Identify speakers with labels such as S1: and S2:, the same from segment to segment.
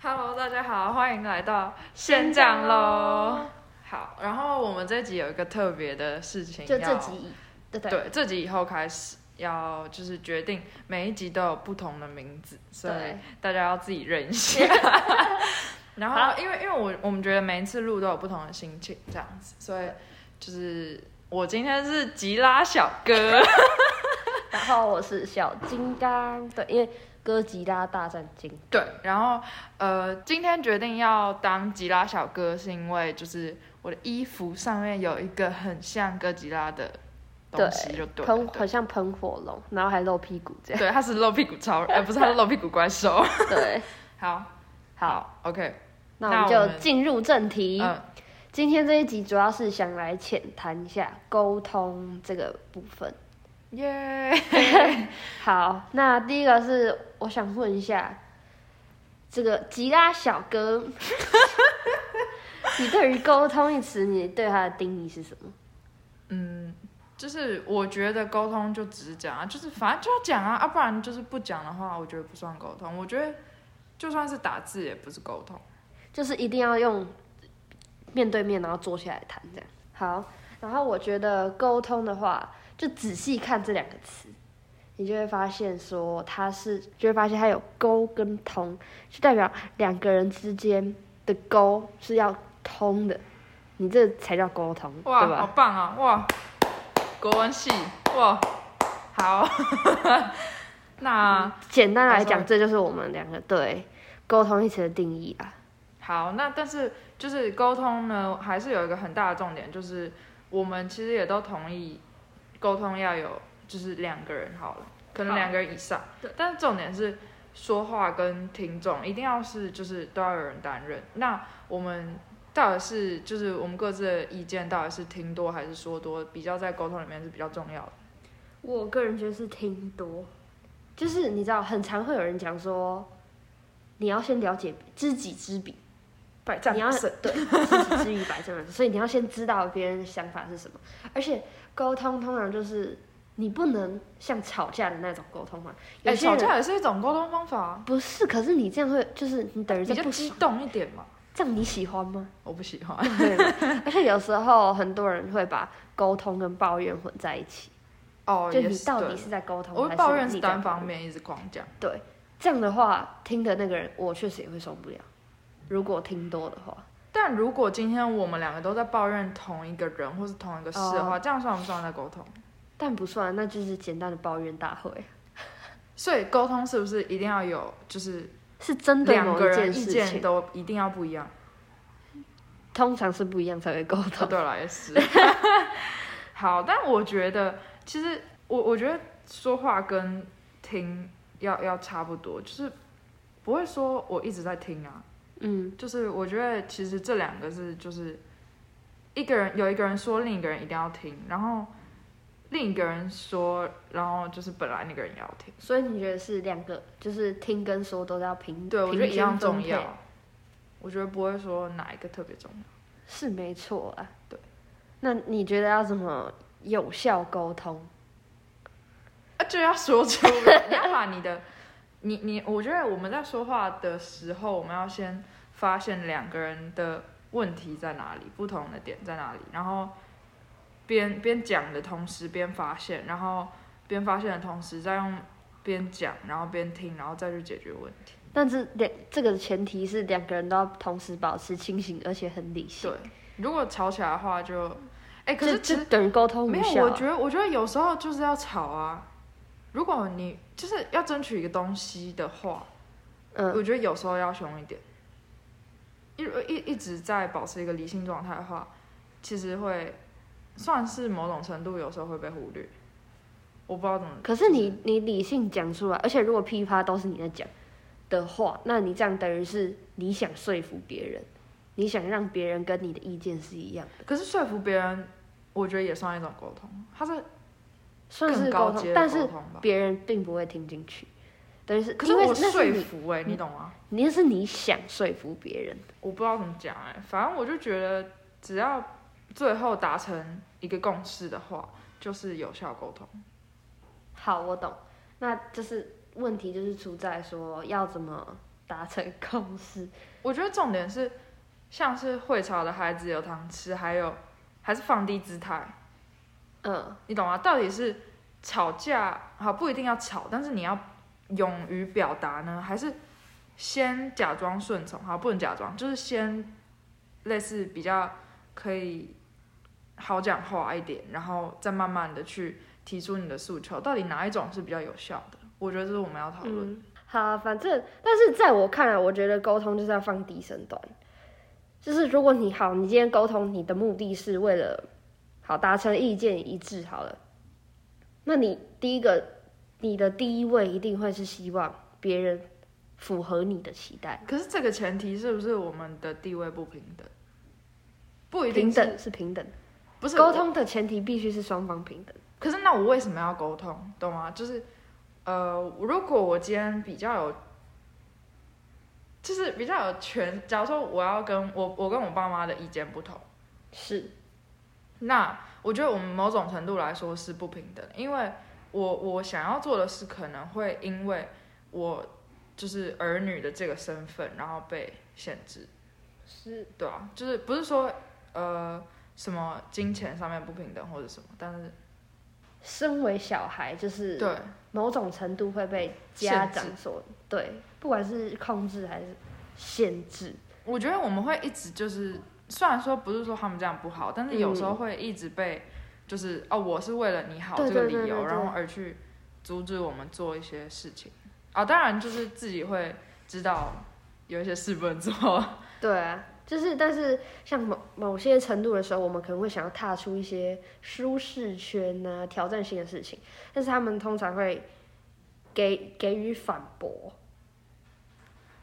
S1: Hello，大家好，欢迎来到先讲喽。好，然后我们这集有一个特别的事情要，
S2: 就这集以，对对，
S1: 对这集以后开始要就是决定每一集都有不同的名字，所以
S2: 对
S1: 大家要自己认一下。然后因为因为我我们觉得每一次录都有不同的心情这样子，所以就是我今天是吉拉小哥，
S2: 然后我是小金刚，对，因为哥吉拉大战金，
S1: 对，然后呃今天决定要当吉拉小哥是因为就是我的衣服上面有一个很像哥吉拉的东西就对了，
S2: 喷
S1: 对
S2: 很像喷火龙，然后还露屁股这样，
S1: 对，他是露屁股超人，呃，不是，他是露屁股怪兽。
S2: 对，
S1: 好，
S2: 好，
S1: ，OK，
S2: 那
S1: 那
S2: 我们
S1: 我
S2: 就
S1: 们
S2: 进入正题。
S1: 嗯，
S2: 今天这一集主要是想来浅谈一下沟通这个部分。
S1: 耶，
S2: 好，那第一个是我想问一下，这个吉拉小哥， 你对于沟通一词，你对它的定义是什么？
S1: 嗯，就是我觉得沟通就只是讲啊，就是反正就要讲啊，啊，不然就是不讲的话，我觉得不算沟通。我觉得就算是打字也不是沟通。
S2: 就是一定要用面对面，然后坐下来谈这样。好，然后我觉得沟通的话，就仔细看这两个词，你就会发现说它是，就会发现它有沟跟通，就代表两个人之间的沟是要通的，你这才叫沟通，对
S1: 哇，好
S2: 吧？
S1: 棒啊！哇，国文系，哇，好。 那
S2: 简单来
S1: 没
S2: 讲，
S1: 错
S2: 这就是我们两个对沟通一词的定义啊。
S1: 好，那但是就是沟通呢，还是有一个很大的重点，就是我们其实也都同意沟通要有就是两个人好了，可能
S2: 好
S1: 两个人以上。
S2: 对。
S1: 但是重点是说话跟听众一定要是就是都要有人担任。那我们到底是就是我们各自的意见到底是听多还是说多，比较在沟通里面是比较重要的。
S2: 我个人觉得是听多，就是你知道，很常会有人讲说，你要先了解知己知彼，
S1: 百
S2: 你要对知己知彼百战百胜，所以你要先知道别人的想法是什么。而且沟通通常就是你不能像吵架的那种沟通嘛，有
S1: 哎，
S2: 些
S1: 吵
S2: 人
S1: 架也是一种沟通方法啊，
S2: 不是，可是你这样会就是你等于
S1: 比
S2: 在
S1: 较
S2: 不
S1: 激
S2: 爽，
S1: 动一点嘛。
S2: 这样你喜欢吗？
S1: 我不喜欢。
S2: 对， 而且有时候很多人会把沟通跟抱怨混在一起，
S1: 哦，
S2: 就
S1: 也
S2: 你
S1: 是
S2: 到
S1: 对
S2: 底是在沟通，
S1: 我
S2: 还
S1: 会抱怨
S2: 你
S1: 是
S2: 在
S1: 单
S2: 抱
S1: 方
S2: 怨
S1: 面一直狂讲，
S2: 对，这样的话，听的那个人我确实也会受不了。如果听多的话，
S1: 但如果今天我们两个都在抱怨同一个人或是同一个事的
S2: 哦
S1: 话，这样算不算在沟通？
S2: 但不算，那就是简单的抱怨大会，
S1: 所以沟通是不是一定要有，就是
S2: 是针对
S1: 两
S2: 某
S1: 个
S2: 一
S1: 人
S2: 件
S1: 意
S2: 事
S1: 见
S2: 情，
S1: 都一定要不一样？
S2: 通常是不一样才会沟
S1: 哦，
S2: 通。
S1: 对了，也 是。好，但我觉得其实我我觉得说话跟听要要差不多，就是不会说我一直在听啊，
S2: 嗯，
S1: 就是我觉得其实这两个是就是一个人有一个人说，另一个人一定要听，然后另一个人说，然后就是本来那个人也要听。
S2: 所以你觉得是两个，就是听跟说都要平，
S1: 对，我觉得
S2: 平
S1: 一
S2: 均
S1: 样
S2: 分
S1: 重
S2: 配
S1: 要。我觉得不会说哪一个特别重要。
S2: 是没错啊。
S1: 对，
S2: 那你觉得要怎么有效沟通？
S1: 啊，就要说出来，你要把你的，你你，我觉得我们在说话的时候，我们要先发现两个人的问题在哪里，不同的点在哪里，然后边边讲的同时边发现，然后边发现的同时再用边讲，然后边听，然后再去解决问题。
S2: 但是两这个前提是两个人都要同时保持清醒，而且很理性
S1: 对。，如果吵起来的话就，哎，可
S2: 就是
S1: 其实
S2: 就等于沟通无
S1: 没
S2: 效啊、
S1: 有，我觉得我觉得有时候就是要吵啊。如果你就是要争取一个东西的话，
S2: 嗯，
S1: 我觉得有时候要凶一点，一一一直在保持一个理性状态的话，其实会算是某种程度有时候会被忽略。我不知道怎么。
S2: 可是你你理性讲出来，而且如果噼啪都是你在讲的话，那你这样等于是你想说服别人，你想让别人跟你的意见是一样的，
S1: 可是说服别人，我觉得也算一种沟通，它是
S2: 算
S1: 更
S2: 是
S1: 高
S2: 嗯沟
S1: 阶的
S2: 通，但
S1: 沟
S2: 是
S1: 通吧。
S2: 别人并不会听进去，等于是
S1: 可是
S2: 因为
S1: 我
S2: 那
S1: 说
S2: 是你，嗯
S1: 服哎、你懂吗？
S2: 那是你想说服别人，
S1: 我不知道怎么讲哎、反正我就觉得只要最后达成一个共识的话，就是有效沟通。
S2: 好，我懂。那就是问题，就是出在说要怎么达成共识。
S1: 我觉得重点是，像是会吵的孩子有糖吃，还有还是放低姿态，
S2: 嗯，
S1: 你懂吗？到底是吵架好不一定要吵，但是你要勇于表达呢，还是先假装顺从？好，不能假装，就是先类似比较可以好讲话一点，然后再慢慢的去提出你的诉求，到底哪一种是比较有效的？我觉得这是我们要讨论。
S2: 嗯，好，反正，但是在我看来，我觉得沟通就是要放低身段，就是如果你好，你今天沟通，你的目的是为了好达成意见一致，好了，那你第一个，你的第一位一定会是希望别人符合你的期待，
S1: 可是这个前提是不是我们的地位不平等？不一定
S2: 平
S1: 是，
S2: 等是平等，
S1: 不是
S2: 沟。通的前提必须是双方平等。
S1: 可是那我为什么要沟通？懂吗？就是呃，如果我今天比较有，就是比较有权，假如说我要跟我我跟我爸妈的意见不同，
S2: 是，
S1: 那我觉得我们某种程度来说是不平等的，因为我我想要做的事可能会因为我就是儿女的这个身份，然后被限制。
S2: 是，
S1: 对啊，就是不是说呃什么金钱上面不平等或者什么，但是
S2: 身为小孩就是
S1: 对
S2: 某种程度会被家
S1: 限制
S2: 长所对，不管是控制还是限制，
S1: 我觉得我们会一直就是，虽然说不是说他们这样不好，但是有时候
S2: 嗯
S1: 会一直被就是、哦，我是为了你好
S2: 对
S1: 这个
S2: 对
S1: 理
S2: 对对
S1: 由，然后
S2: 对
S1: 而去阻止我们做一些事情啊。当然就是自己会知道有一些事不能做，
S2: 对啊，就是但是像某某些程度的时候，我们可能会想要踏出一些舒适圈啊，挑战性的事情，但是他们通常会给给予反驳，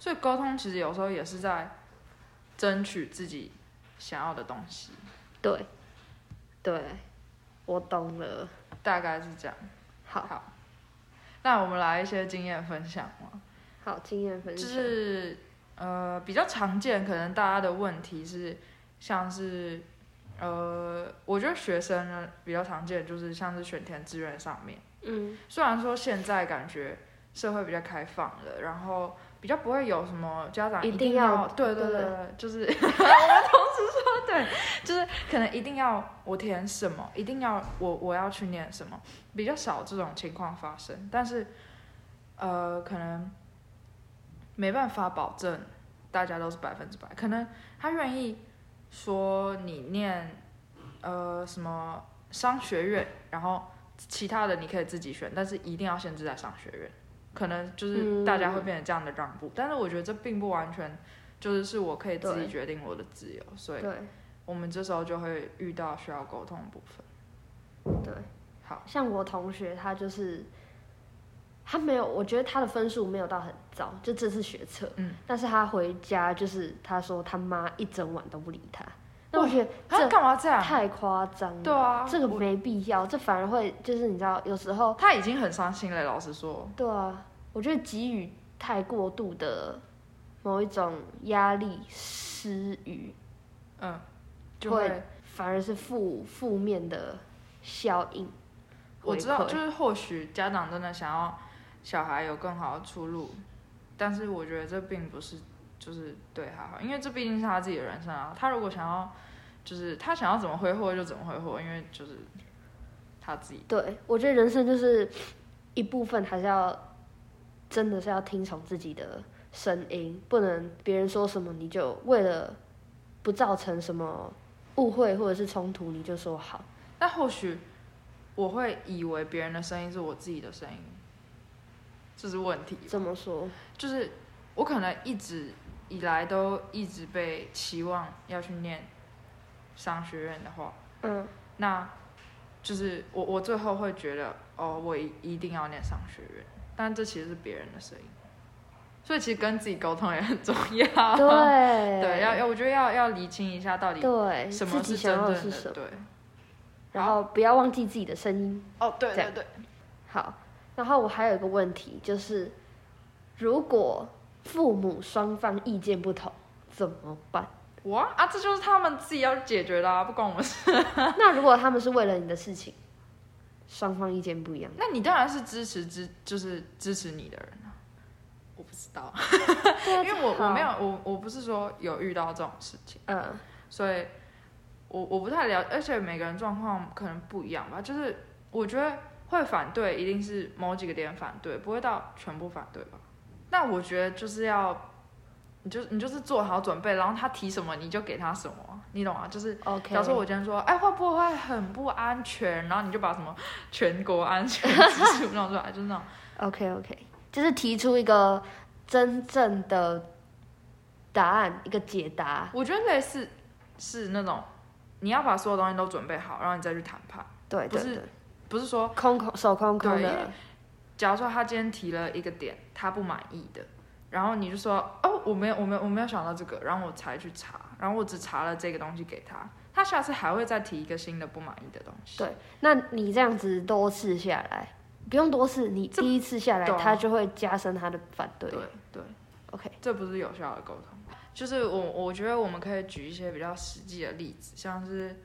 S1: 所以沟通其实有时候也是在争取自己想要的东西，
S2: 对，对，我懂了，
S1: 大概是这样。
S2: 好
S1: 好，那我们来一些经验分享嘛，
S2: 好经验分
S1: 就
S2: 享，
S1: 是呃比较常见，可能大家的问题是像是呃，我觉得学生呢比较常见就是像是选填志愿上面，
S2: 嗯
S1: 虽然说现在感觉社会比较开放了，然后。比较不会有什么家长
S2: 一
S1: 定
S2: 定要
S1: 对对
S2: 对
S1: 对，就是 我们同事说对，就是可能一定要我填什么，一定要我我要去念什么，比较少这种情况发生。但是，呃，可能没办法保证大家都是百分之百，可能他愿意说你念呃什么商学院，然后其他的你可以自己选，但是一定要限制在商学院。可能就是大家会变成这样的让步，但是我觉得这并不完全就是是我可以自己
S2: 对
S1: 决定我的自由，所以
S2: 对
S1: 我们这时候就会遇到需要沟通的部分。
S2: 对。
S1: 好，
S2: 像我同学，他就是他没有，我觉得他的分数没有到很糟，就这次学测，
S1: 嗯，
S2: 但是他回家就是他说他妈一整晚都不理他，那我
S1: 哇
S2: 觉得
S1: 他
S2: 这
S1: 啊干嘛这样？
S2: 太夸张了，
S1: 对啊
S2: 这个
S1: 我
S2: 没必要，这反而会就是你知道，有时候
S1: 他已经很伤心了，老实说。
S2: 对啊，我觉得给予太过度的某一种压力施予，
S1: 嗯，就
S2: 会
S1: 会
S2: 反而是负负面的效应。
S1: 我知道，
S2: 回馈
S1: 就是或许家长真的想要小孩有更好的出路，但是我觉得这并不是就是对他好，因为这毕竟是他自己的人生啊。他如果想要，就是他想要怎么挥霍就怎么挥霍，因为就是他自己。
S2: 对，我觉得人生就是一部分还是要真的是要听从自己的声音，不能别人说什么你就为了不造成什么误会或者是冲突你就说好。
S1: 但或许我会以为别人的声音是我自己的声音，这是问题吧。
S2: 怎么说？
S1: 就是我可能一直以来都一直被期望要去念商学院的话，
S2: 嗯，
S1: 那就是我我最后会觉得哦，我一一定要念商学院，但这其实是别人的声音，所以其实跟自己沟通也很重要。
S2: 对
S1: 对，要要我觉得要要厘清一下到底
S2: 对
S1: 什
S2: 自
S1: 么
S2: 己
S1: 真
S2: 想要
S1: 正
S2: 的
S1: 的
S2: 是什么，
S1: 对。
S2: 然后不要忘记自己的声音。
S1: 哦，对
S2: 这
S1: 对
S2: 样
S1: 对，
S2: 好，然后我还有一个问题，就是如果父母双方意见不同怎么办？
S1: 哇啊，这就是他们自己要解决的、啊，不关我们事。
S2: 那如果他们是为了你的事情，双方意见不一样，
S1: 那你当然是支持支，就是支持你的人啊。我不知道，
S2: 对 啊
S1: 因为我我没有，
S2: 好
S1: 我我不是说有遇到这种事情，
S2: 嗯
S1: 所以我我不太了解，而且每个人状况可能不一样吧。就是我觉得会反对，一定是某几个点反对，不会到全部反对吧。那我觉得就是要，你就你就是做好准备，然后他提什么你就给他什么，你懂吗？就是
S2: ，OK，
S1: 假如说我今天说，哎，会不会很不安全？然后你就把什么全国安全指数弄出来，就是那种
S2: OK OK，就是提出一个真正的答案，一个解答。
S1: 我觉得类似是那种，你要把所有东西都准备好，然后你再去谈判，
S2: 对
S1: 不
S2: 对
S1: 是
S2: 对，
S1: 不是说，
S2: 空空手空空
S1: 对因为
S2: 的，
S1: 假如说他今天提了一个点，他不满意的，然后你就说，哦，我没有，我没有，我没有想到这个，然后我才去查，然后我只查了这个东西给他，他下次还会再提一个新的不满意的东西。
S2: 对那你这样子多次下来，不用多次，你
S1: 这
S2: 第一次下来，
S1: 对啊
S2: 他就会加深他的反对。
S1: 对对，
S2: OK，
S1: 这不是有效的沟通。就是我我觉得我们可以举一些比较实际的例子，像是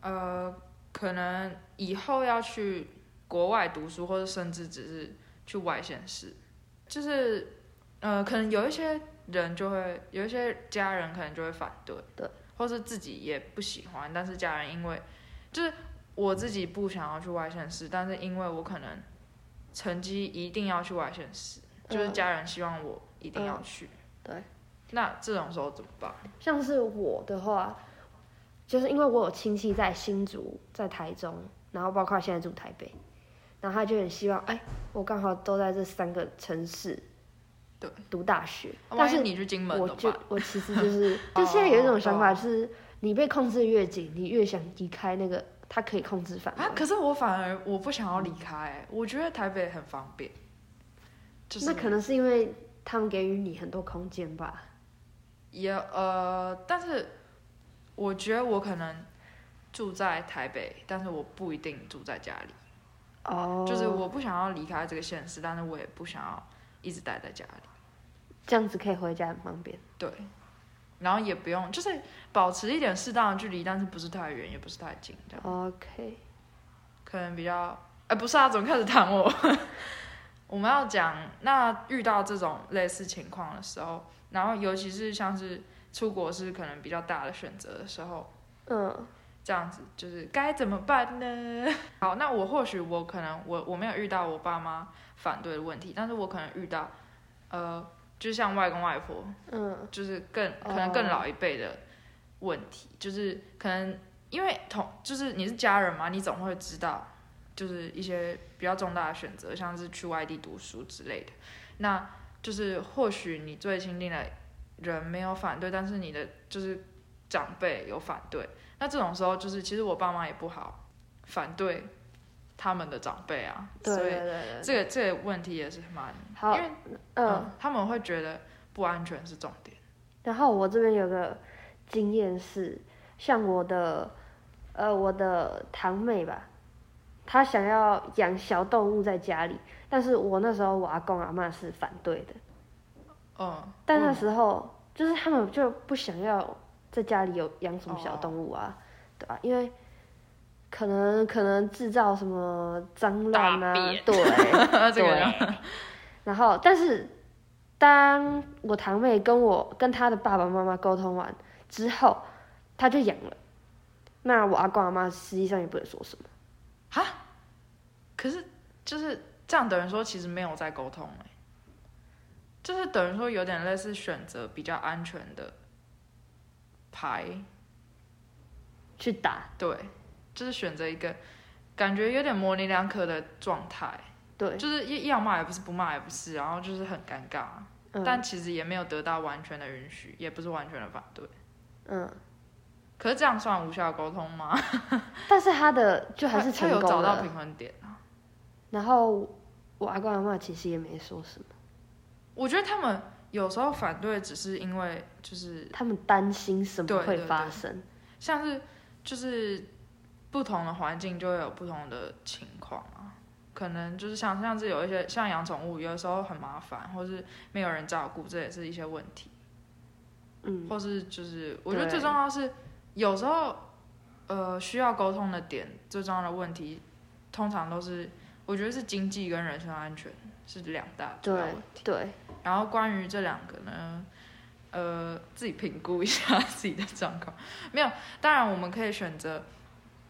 S1: 呃，可能以后要去国外读书，或者甚至只是去外县市，就是呃，可能有一些人就会有一些家人可能就会反对，
S2: 对，
S1: 或是自己也不喜欢，但是家人因为就是我自己不想要去外县市，但是因为我可能成绩一定要去外县市，就是
S2: 嗯
S1: 家人希望我一定要去，
S2: 对，
S1: 那这种时候怎么办？
S2: 像是我的话，就是因为我有亲戚在新竹，在台中，然后包括现在住台北，然后他就很希望，哎，我刚好都在这三个城市，
S1: 对，
S2: 读大学，但
S1: 万
S2: 是
S1: 一你去金门
S2: 我
S1: 怎么
S2: 就
S1: 办？，
S2: 我其实就是 就现在有一
S1: 哦
S2: 种想
S1: 哦
S2: 法是，你被控制越紧，你越想离开那个，他可以控制范围
S1: 啊，。可是我反而我不想要离开、欸我觉得台北很方便，就是
S2: 那可能是因为他们给予你很多空间吧。
S1: 也呃，但是我觉得我可能住在台北，但是我不一定住在家里，
S2: 哦
S1: 就是我不想要离开这个现实，但是我也不想要一直待在家里，
S2: 这样子可以回家很方便。
S1: 对，然后也不用就是保持一点适当的距离，但是不是太远，也不是太近，这样
S2: OK，
S1: 可能比较，哎，不是啊，怎么开始谈我？ 我们要讲，那遇到这种类似情况的时候，然后尤其是像是出国是可能比较大的选择的时候，
S2: 嗯，
S1: 这样子就是该怎么办呢？ 好，那我或许我可能我我没有遇到我爸妈反对的问题，但是我可能遇到，呃，就像外公外婆，
S2: 嗯，
S1: 就是更可能
S2: 哦
S1: 更老一辈的问题，就是可能因为同就是你是家人嘛，你总会知道就是一些比较重大的选择，像是去外地读书之类的。那就是或许你最亲近的人没有反对，但是你的就是长辈有反对，那这种时候就是其实我爸妈也不好反对他们的长辈啊，
S2: 对
S1: 所
S2: 对
S1: 以
S2: 对对。
S1: 这个这个问题也是蛮，
S2: 好
S1: 因为，
S2: 嗯，
S1: 他们会觉得不安全是重点。
S2: 然后我这边有个经验是，像我的，呃，我的堂妹吧，她想要养小动物在家里，但是我那时候我阿公阿妈是反对的。
S1: 嗯，
S2: 但那
S1: 嗯
S2: 时候就是他们就不想要在家里有养什么小
S1: 哦
S2: 动物啊，对吧、因为可能可能制造什么脏乱
S1: 大
S2: 啊
S1: 便，
S2: 对
S1: 这个人
S2: 对。然后，但是当我堂妹跟我跟她的爸爸妈妈沟通完之后，她就养了。那我阿公阿妈实际上也不能说什么，
S1: 可是就是这样，等于说其实没有在沟通哎、就是等于说有点类似选择比较安全的牌，
S2: 去打，
S1: 对，就是选择一个感觉有点模棱两可的状态，
S2: 对，
S1: 就是一要骂也不是，不骂也不是，然后就是很尴尬，
S2: 嗯
S1: 但其实也没有得到完全的允许，也不是完全的反对。
S2: 嗯，
S1: 可是这样算无效沟通吗？
S2: 但是他的就还 是
S1: 他
S2: 成
S1: 他有
S2: 功
S1: 找到
S2: 了。
S1: 平衡点啊。
S2: 然后我阿公阿妈其实也没说什么。
S1: 我觉得他们有时候反对只是因为就是
S2: 他们担心什
S1: 对
S2: 么会
S1: 对
S2: 发
S1: 对
S2: 生。
S1: 像是就是不同的环境就会有不同的情况啊，可能就是像像是有一些像养宠物，有的时候很麻烦，或是没有人照顾，这也是一些问题，
S2: 嗯，
S1: 或是就是我觉得
S2: 对
S1: 最重要的是有时候呃需要沟通的点，最重要的问题通常都是我觉得是经济跟人身安全是两大主要
S2: 对
S1: 问题，
S2: 对，
S1: 然后关于这两个呢，呃，自己评估一下自己的状况。没有，当然我们可以选择，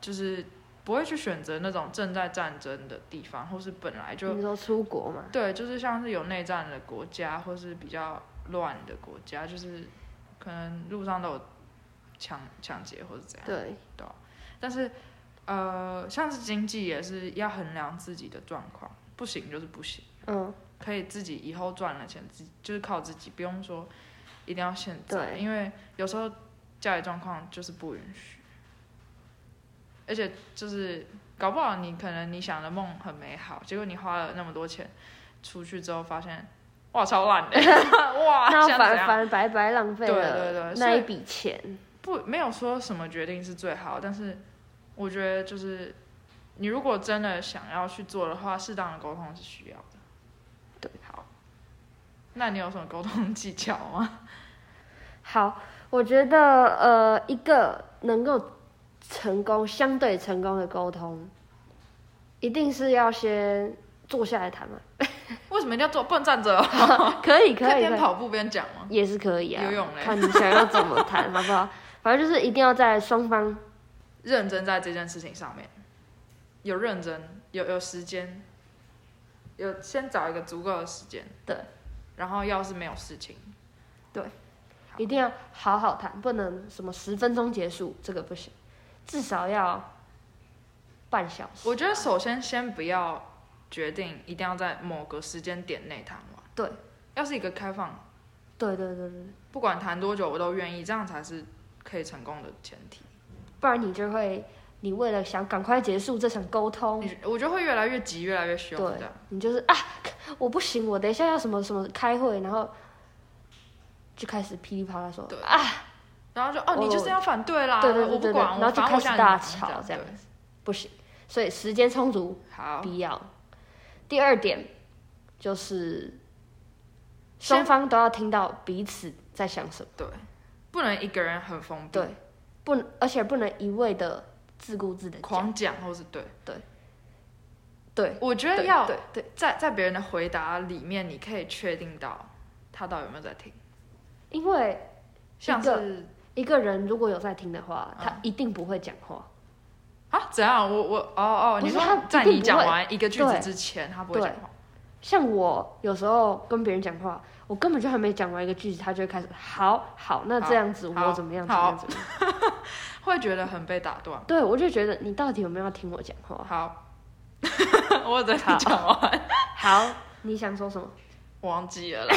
S1: 就是不会去选择那种正在战争的地方，或是本来就
S2: 你说出国嘛？
S1: 对，就是像是有内战的国家，或是比较乱的国家，就是可能路上都有抢抢劫或者怎样。
S2: 对，
S1: 但是，呃，像是经济也是要衡量自己的状况，不行就是不行，
S2: 嗯，
S1: 可以自己以后赚了钱，自己就是靠自己，不用说一定要现在，
S2: 对
S1: 因为有时候家里状况就是不允许，而且就是搞不好你可能你想的梦很美好，结果你花了那么多钱出去之后，发现哇超烂 的，哇，
S2: 那
S1: 现在怎
S2: 反
S1: 样
S2: 反而白白浪费
S1: 对对
S2: 了
S1: 对
S2: 那
S1: 所
S2: 一
S1: 以
S2: 笔钱。
S1: 不没有说什么决定是最好，但是我觉得就是你如果真的想要去做的话，适当的沟通是需要的。
S2: 对，
S1: 好。那你有什么沟通技巧吗？
S2: 好，我觉得呃，一个能够成功、相对成功的沟通，一定是要先坐下来谈嘛。
S1: 为什么一定要做？不能站着、 哦，
S2: 可以，可
S1: 可以
S2: 以，可
S1: 边
S2: 以
S1: 跑步边讲吗？
S2: 也是可以啊。
S1: 游泳嘞
S2: 看你想要怎么谈，好不好？反正就是一定要在双方
S1: 认真在这件事情上面，有认真，有有时间，有先找一个足够的时间。
S2: 对。
S1: 然后要是没有事情，好
S2: 一定要好好谈，不能什么十分钟结束，这个不行，至少要半小时。
S1: 我觉得首先先不要决定一定要在某个时间点内谈完。
S2: 对，
S1: 要是一个开放，
S2: 对对对对，
S1: 不管谈多久我都愿意，这样才是可以成功的前提。
S2: 不然你就会，你为了想赶快结束这场沟通，
S1: 你我觉得会越来越急，越来越凶
S2: 嗯对
S1: 的。
S2: 你就是啊，我不行，我等一下要什么什么开会，然后就开始噼里啪啦说
S1: 对
S2: 啊，
S1: 然后就哦，
S2: 我
S1: 你就是要反对啦，
S2: 对对
S1: 我
S2: 对
S1: 不
S2: 对对，
S1: 管，
S2: 然
S1: 我
S2: 后就
S1: 反正
S2: 开
S1: 我
S2: 始
S1: 现在
S2: 大
S1: 很忙
S2: 吵这
S1: 这
S2: 样
S1: 对
S2: 子，不行，所以时间充足
S1: 好，
S2: 必要。第二点就是
S1: 先
S2: 双方都要听到彼此在想什么。
S1: 对，不能一个人很封闭，
S2: 对，不能，而且不能一味的自顾自的
S1: 狂讲或是对。
S2: 对，
S1: 我觉得
S2: 对
S1: 要
S2: 对对
S1: 在在别人的回答里面，你可以确定到他到底有没有在听，
S2: 因为
S1: 像
S2: 一个
S1: 是
S2: 一个人如果有在听的话，
S1: 嗯
S2: 他一定不会讲话。
S1: 啊？怎样？我我哦哦，
S2: 不
S1: 你
S2: 是
S1: 说
S2: 他
S1: 在
S2: 一定
S1: 你
S2: 不
S1: 讲
S2: 会
S1: 完一个句子
S2: 对
S1: 之前，他不会
S2: 对
S1: 讲话。
S2: 像我有时候跟别人讲话，我根本就还没讲完一个句子，他就会开始好好，那
S1: 好
S2: 这样子
S1: 好
S2: 我怎么样怎么
S1: 好
S2: 样怎么样？
S1: 会觉得很被打断。
S2: 对，我就觉得你到底有没有要听我讲话？
S1: 好， 我等你讲完，
S2: 好，你想说什么？
S1: 我忘记了啦。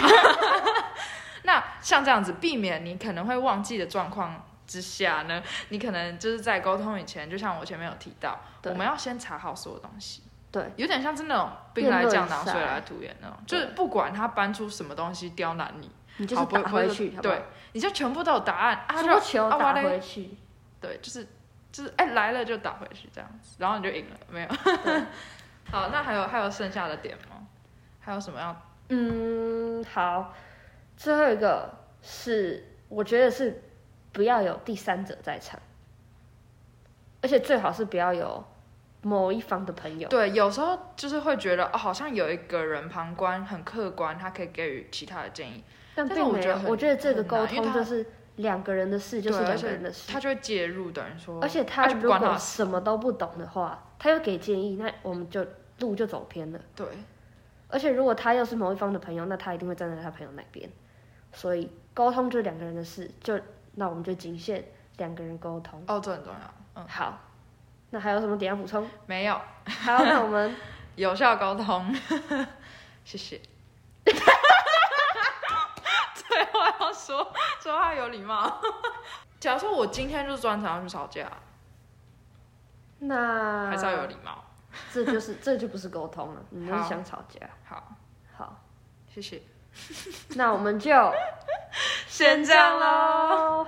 S1: 那像这样子，避免你可能会忘记的状况之下呢，你可能就是在沟通以前，就像我前面有提到，
S2: 对
S1: 我们要先查好所有东西。
S2: 对，
S1: 有点像是那种兵
S2: 辩
S1: 来
S2: 论
S1: 将挡，
S2: 赛
S1: 水来土掩那种，就
S2: 对
S1: 是不管他搬出什么东西刁难你，
S2: 你就
S1: 好
S2: 是
S1: 不会
S2: 打
S1: 不会
S2: 回
S1: 说
S2: 去，好不好
S1: 对，你就全部都有答案啊，
S2: 桌
S1: 就
S2: 球
S1: 啊我
S2: 打
S1: 嘞
S2: 回去，
S1: 对，就是就是哎、来了就打回去这样子，然后你就赢了，没有？ 好，那还有还有剩下的点吗？还有什么要？
S2: 嗯，好，最后一个是我觉得是不要有第三者在场，而且最好是不要有某一方的朋友。
S1: 对，有时候就是会觉得哦，好像有一个人旁观很客观，他可以给予其他的建议，
S2: 但
S1: 但
S2: 并
S1: 是我
S2: 没
S1: 觉得
S2: 有，
S1: 很
S2: 我觉得这个
S1: 很难
S2: 沟
S1: 因为
S2: 通
S1: 他
S2: 就是两个人的事，就是
S1: 对而
S2: 两
S1: 且
S2: 个人的事。
S1: 他就会介入，等于说，
S2: 而且他
S1: 就不
S2: 如
S1: 管他
S2: 果
S1: 的
S2: 什么都不懂的话，他又给建议，那我们就路就走偏了。
S1: 对，
S2: 而且如果他又是某一方的朋友，那他一定会站在他朋友那边。所以沟通就是两个人的事，就那我们就仅限两个人沟通。
S1: 哦，这很重要，嗯，
S2: 好，那还有什么点要补充？
S1: 没有
S2: 好，那我 们
S1: 有效沟通， 谢谢。 对，我要说说话有礼貌。 假如说我今天就专程要去吵架，
S2: 那
S1: 还是要有 礼貌。
S2: 这就是这就不是沟通了，你们
S1: 好
S2: 是想吵架。
S1: 好，
S2: 好，
S1: 谢谢，
S2: 那我们就
S1: 先这样喽。
S2: 咯。